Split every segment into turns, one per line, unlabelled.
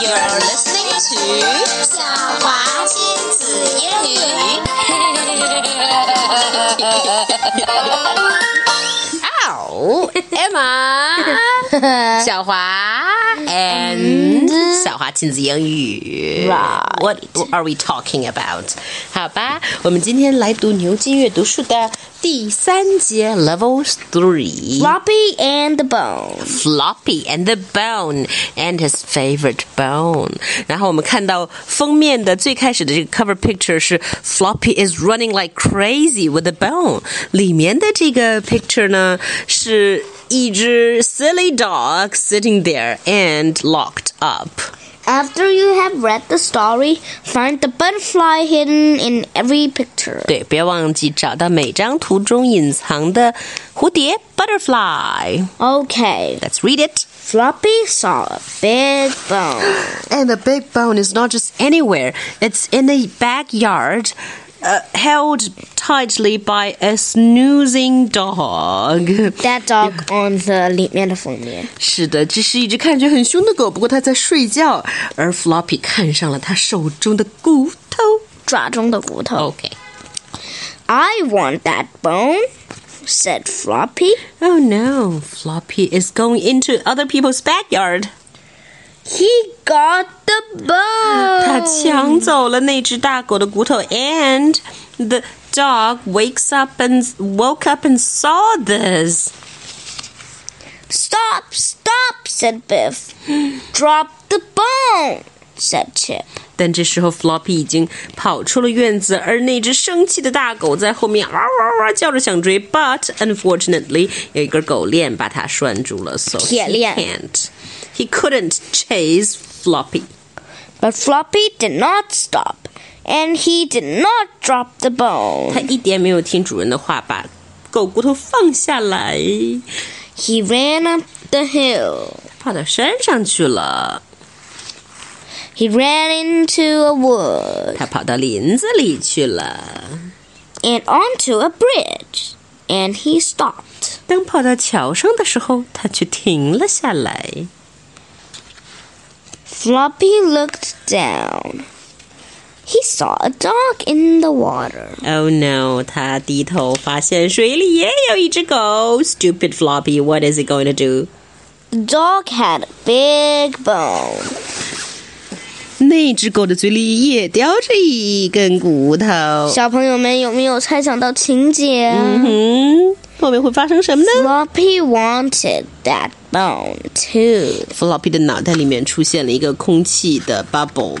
You're listening to
小华亲子英语。
Ow Emma 小华 and 小华亲子英语。
Right.
What are we talking about？好吧，我们今天来读牛津阅读树的第三节 Level Three。
Floppy and the Bone，
Floppy and the Bone and his favorite bone。然后我们看到封面的最开始的这个 cover picture 是 Floppy is running like crazy with a bone。里面的这个 picture 呢是一只 silly dog sitting there and locked up。
After you have read the story, find the butterfly hidden in every picture.
对，别忘记找到每张图中隐藏的蝴蝶 butterfly。
Okay,
Let's read it.
Floppy saw a big bone.
And the big bone is not just anywhere, it's in the backyard, uh, held tightly by a snoozing dog.
That dog on the 里面的封面。
是的，这是一只看起来很凶的狗，不过它在睡觉，而 Floppy 看上了它手中的骨头。
爪中的骨头。
OK。
I want that bone, said Floppy.
Oh no, Floppy is going into other people's backyard.
He got the
他
bone.
抢走了那只大狗的骨头，and the dog wakes up and woke up and saw this.
Stop, stop, said Biff. Drop the bone, said Chip.
但这时候，Floppy 已经跑出了院子，而那只生气的大狗在后面嗷嗷嗷叫着想追，but unfortunately 有一根狗链把它拴住了，so
铁链
he can't, he couldn't chase Floppy.
But Floppy did not stop, and he did not drop the
它
bone.
一点没有听主人的话，把狗骨头放下来，
He ran up the hill.
跑到山上去了。
He ran into a wood
它跑到林子里去了。
and onto a bridge, and he stopped.
当跑到桥上的时候，它却停了下来。
Floppy looked down. He saw a dog in the water.
Oh no！他低头发现水里也有一只狗。Stupid Floppy, what is it going to do？
The dog had a big bone.
那只狗的嘴里也叼着一根骨头。
Oh. 小朋友们有没有猜想到情节、
嗯哼，后面会发生什么呢
f l o p p y wanted that bone too.
？Floppy 的脑袋里面出现了一个空气的 bubble，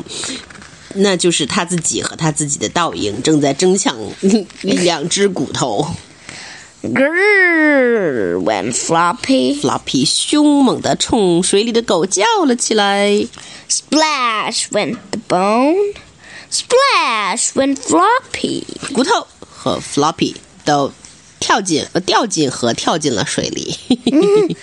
那就是他自己和他自己的倒影正在争抢两只骨头。
Grrr! Went Floppy.
Floppy 凶猛地冲水里的狗叫了起来。
Splash went the bone. Splash went Floppy.
骨头和 floppy 都跳进呃掉进和跳进了水里。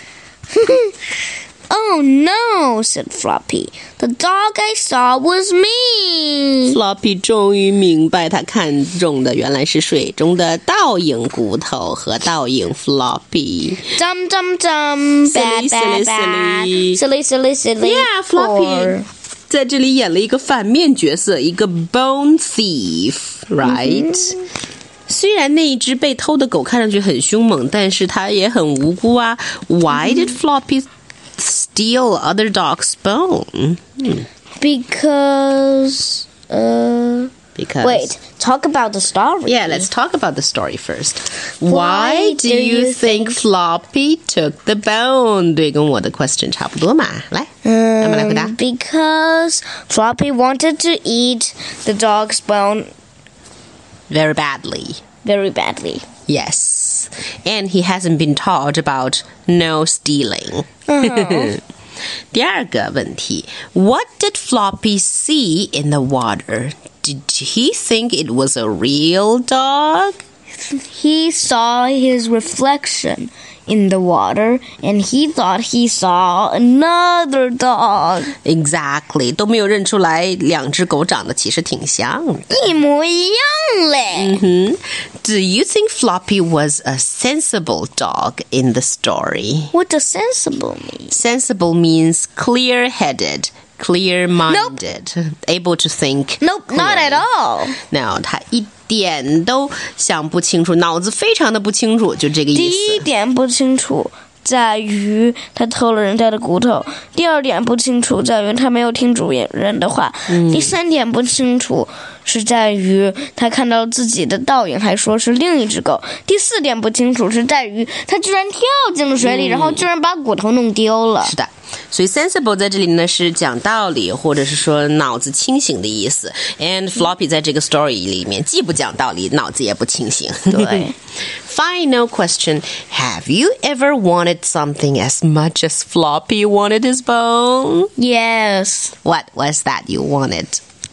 Oh no! Said Floppy. The dog I saw was me.
floppy 终于明白，他看中的原来是水中的倒影骨头和倒影 floppy。
Dum dum dum.
Silly,
Bad bad
silly,
bad.
silly.
Silly silly silly.
Yeah, floppy
Or-
在这里演了一个反面角色，一个 bone thief, right？、虽然那一只被偷的狗看上去很凶猛，但是它也很无辜啊。Why did floppy steal other dog's bone?
Because. Uh.
Because
Wait, talk about the story.
Yeah, let's talk about the story first.
Why
Why do
do
you
you
think Floppy took the bone？对，跟我的 question 差不多嘛。来，咱们来回答
Um,。because Floppy wanted to eat the dog's bone
Very badly.
very badly.
Yes, and he hasn't been taught about no stealing. Uh-huh. 第二个问题，What did Floppy see in the water? Did he think it was a real dog?
He saw his reflection in the water and he thought he saw another dog.
Exactly，都没有认出来，两只狗长得其实挺像的。
一模一样嘞。
Hmm? Do you think Floppy was a sensible dog in the story?
What does sensible mean?
Sensible means clear headed, clear-minded, able to think.
Nope, not at all.
Now 他一点都想不清楚，脑子非常的不清楚，就这个
第
意
一
思。
点不清楚在于他偷了人家的骨头，第二点不清楚在于他没有听主人的话，
嗯
第三点不清楚是在于他看到自己的倒影还说是另一只狗，第四点不清楚是在于他居然跳进了水里，然后居然把骨头弄丢了。
嗯是的，所以 sensible 在这里呢是讲道理，或者是说脑子清醒的意思。And floppy 在这个 story 里面既不讲道理，脑子也不清醒。
对
Final question: Have you ever wanted something as much as floppy wanted his bone?
，Yes,
What was that you wanted?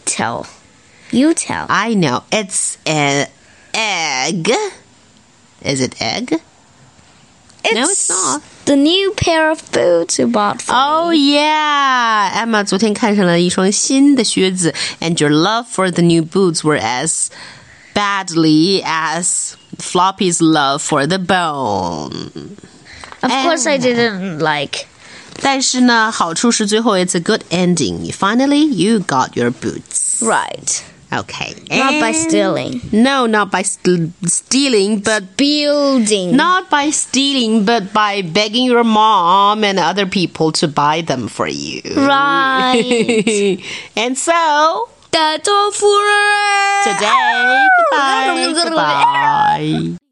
tell, you tell.
I know it's an egg. Is it egg? No, it's not.
The new pair of boots you bought for
Oh yeah, Emma 昨天看上了一双新的靴子，and your love for the new boots were as badly as Floppy's love for the bone.
Of course, I didn't like.
但是呢，好处是最后 it's a good ending. Finally, you got your boots.
Right.
Okay.
Not by
and-
stealing.
No, not by st stealing, but
Building.
Not by stealing, but by begging your mom and other people to buy them for you.
Right.
and so,
That's all for us.
today, goodbye. goodbye.